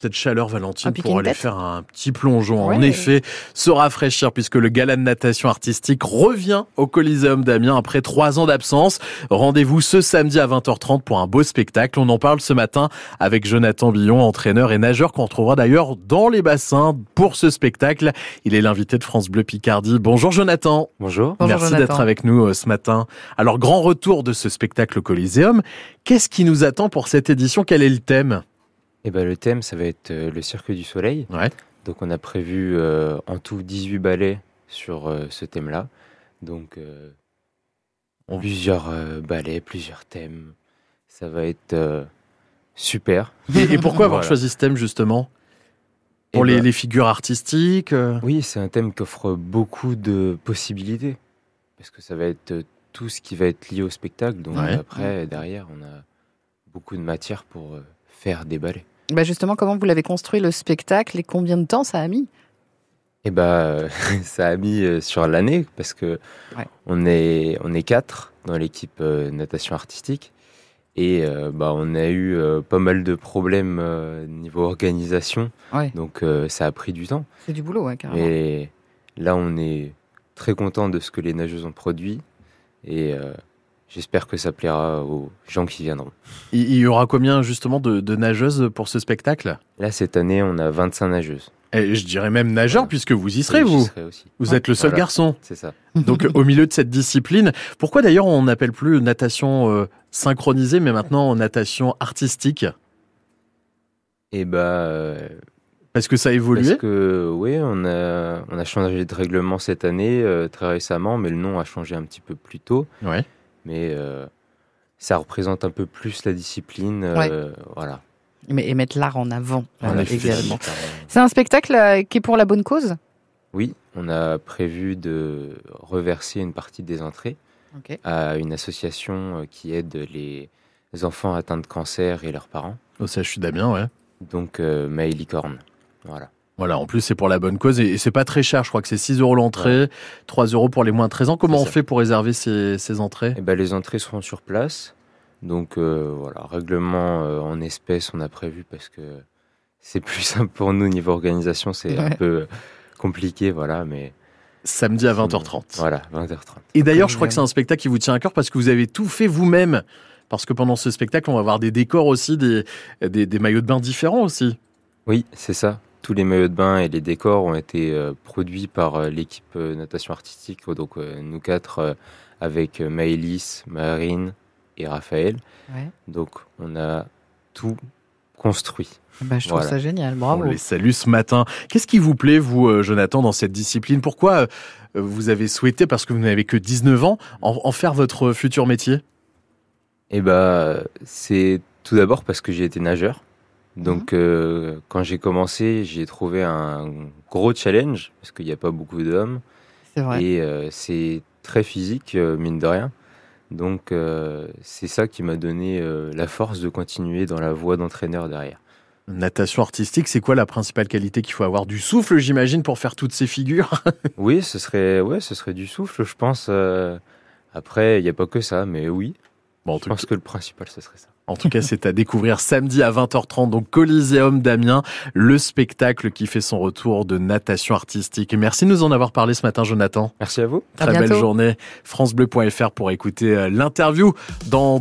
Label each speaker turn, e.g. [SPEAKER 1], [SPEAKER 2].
[SPEAKER 1] cette chaleur Valentine
[SPEAKER 2] Un
[SPEAKER 1] pour aller
[SPEAKER 2] pique-nique-tête
[SPEAKER 1] faire un petit plongeon. En
[SPEAKER 2] Ouais.
[SPEAKER 1] effet, se rafraîchir puisque le gala de natation artistique revient au Coliseum d'Amiens après trois ans d'absence. Rendez-vous ce samedi à 20h30 pour un beau spectacle. On en parle ce matin avec Jonathan Billon, entraîneur et nageur qu'on trouvera d'ailleurs dans les bassins pour ce spectacle. Il est l'invité de France Bleu Picardie. Bonjour Jonathan.
[SPEAKER 3] Bonjour.
[SPEAKER 2] Bonjour,
[SPEAKER 1] Merci
[SPEAKER 2] Jonathan.
[SPEAKER 1] d'être avec nous euh, ce matin. Alors, grand retour de ce spectacle au Coliseum. Qu'est-ce qui nous attend pour cette édition Quel est le thème
[SPEAKER 3] Eh ben, le thème, ça va être euh, le Cirque du Soleil.
[SPEAKER 1] Ouais.
[SPEAKER 3] Donc, on a prévu euh, en tout 18 ballets sur euh, ce thème-là. Donc, euh,
[SPEAKER 1] On-
[SPEAKER 3] plusieurs euh, ballets, plusieurs thèmes. Ça va être euh, super.
[SPEAKER 1] Et, et pourquoi avoir
[SPEAKER 3] Voilà.
[SPEAKER 1] choisi ce thème justement
[SPEAKER 3] Eh
[SPEAKER 1] Pour les,
[SPEAKER 3] ben,
[SPEAKER 1] les figures artistiques euh,
[SPEAKER 3] Oui, c'est un thème qui offre beaucoup de possibilités. Parce que ça va être euh, tout ce qui va être lié au spectacle. Donc,
[SPEAKER 1] Ouais.
[SPEAKER 3] après, derrière, on a beaucoup de matière pour euh, faire des ballets.
[SPEAKER 2] Bah justement, comment vous l'avez construit le spectacle et combien de temps ça a mis
[SPEAKER 3] Eh ben, euh, ça a mis euh, sur l'année parce que
[SPEAKER 2] Ouais.
[SPEAKER 3] on est on est quatre dans l'équipe euh, natation artistique et euh, bah on a eu euh, pas mal de problèmes euh, niveau organisation.
[SPEAKER 2] Ouais.
[SPEAKER 3] Donc euh, ça a pris du temps.
[SPEAKER 2] C'est du boulot, ouais, carrément.
[SPEAKER 3] Mais là, on est très content de ce que les nageuses ont produit et euh, j'espère que ça plaira aux gens qui viendront.
[SPEAKER 1] Il il y aura combien justement de, de nageuses pour ce spectacle
[SPEAKER 3] Là, cette année, on a 25 nageuses.
[SPEAKER 1] et Je dirais même nageurs
[SPEAKER 3] Voilà.
[SPEAKER 1] puisque vous y
[SPEAKER 3] Et
[SPEAKER 1] serez
[SPEAKER 3] j'y
[SPEAKER 1] vous.
[SPEAKER 3] serai aussi.
[SPEAKER 1] Vous êtes le seul
[SPEAKER 3] Voilà.
[SPEAKER 1] garçon.
[SPEAKER 3] C'est ça.
[SPEAKER 1] Donc euh, au milieu de cette discipline, pourquoi d'ailleurs on n'appelle plus natation euh, synchronisée mais maintenant natation artistique
[SPEAKER 3] Et bah euh,
[SPEAKER 1] Parce que ça a évolué.
[SPEAKER 3] Parce que oui, on a, on a changé de règlement cette année, euh, très récemment, mais le nom a changé un petit peu plus tôt.
[SPEAKER 1] Ouais.
[SPEAKER 3] Mais euh, ça représente un peu plus la discipline. euh, Voilà.
[SPEAKER 2] Mais et mettre l'art en avant.
[SPEAKER 1] En
[SPEAKER 2] euh,
[SPEAKER 1] effet.
[SPEAKER 2] également. C'est un spectacle euh, qui est pour la bonne cause
[SPEAKER 3] Oui, on a prévu de reverser une partie des entrées
[SPEAKER 2] Ok.
[SPEAKER 3] à une association euh, qui aide les enfants atteints de cancer et leurs parents,
[SPEAKER 1] Au CHU d'Amiens, ouais.
[SPEAKER 3] donc euh, Maëlie Corne. Voilà.
[SPEAKER 1] Voilà, en plus c'est pour la bonne cause et, et c'est pas très cher, je crois que c'est 6 euros l'entrée, 3 euros pour les moins de 13 ans. Comment
[SPEAKER 3] C'est
[SPEAKER 1] on
[SPEAKER 3] ça.
[SPEAKER 1] fait pour réserver ces, ces entrées
[SPEAKER 3] Eh ben, les entrées seront sur place. Donc euh, voilà, règlement euh, en espèces, on a prévu parce que c'est plus simple pour nous niveau organisation, c'est un
[SPEAKER 2] Ouais.
[SPEAKER 3] peu compliqué, voilà, mais
[SPEAKER 1] Samedi à 20h30.
[SPEAKER 3] voilà, 20h30.
[SPEAKER 1] Et d'ailleurs, je crois
[SPEAKER 2] Coliseum.
[SPEAKER 1] que c'est un spectacle qui vous tient à cœur parce que vous avez tout fait vous-même. Parce que pendant ce spectacle, on va avoir des décors aussi, des, des, des maillots de bain différents aussi.
[SPEAKER 3] Oui, c'est ça. Tous les maillots de bain et les décors ont été euh, produits par euh, l'équipe euh, natation artistique, donc euh, nous quatre euh, avec euh, Maëlys, Marine et Raphaël.
[SPEAKER 2] Ouais.
[SPEAKER 3] Donc on a tout construit.
[SPEAKER 2] Bah, je trouve
[SPEAKER 3] Voilà.
[SPEAKER 2] ça génial,
[SPEAKER 1] On
[SPEAKER 2] bravo.
[SPEAKER 1] les salue ce matin. Qu'est-ce qui vous plaît, vous, euh, Jonathan, dans cette discipline Pourquoi euh, vous avez souhaité, parce que vous n'avez que 19 ans, en, en faire votre futur métier
[SPEAKER 3] Eh bah, c'est tout d'abord parce que j'ai été nageur. Donc, euh, quand j'ai commencé, j'ai trouvé un gros challenge parce qu'il n'y a pas beaucoup d'hommes
[SPEAKER 2] C'est vrai.
[SPEAKER 3] et euh, c'est très physique, euh, mine de rien. Donc, euh, c'est ça qui m'a donné euh, la force de continuer dans la voie d'entraîneur derrière.
[SPEAKER 1] Natation artistique, c'est quoi la principale qualité qu'il faut avoir Du souffle, j'imagine, pour faire toutes ces figures
[SPEAKER 3] Oui, ce serait, ouais, ce serait du souffle, je pense. euh, après, il n'y a pas que ça, mais oui,
[SPEAKER 1] Bon, en
[SPEAKER 3] je
[SPEAKER 1] tout
[SPEAKER 3] pense que le principal, ce serait ça.
[SPEAKER 1] En tout cas, c'est à découvrir samedi à 20h30, donc Coliseum d'Amiens, le spectacle qui fait son retour de natation artistique. Et merci de nous en avoir parlé ce matin, Jonathan.
[SPEAKER 3] Merci à vous.
[SPEAKER 2] À
[SPEAKER 1] Très belle
[SPEAKER 2] bientôt.
[SPEAKER 1] journée. FranceBleu.fr pour écouter euh, l'interview dans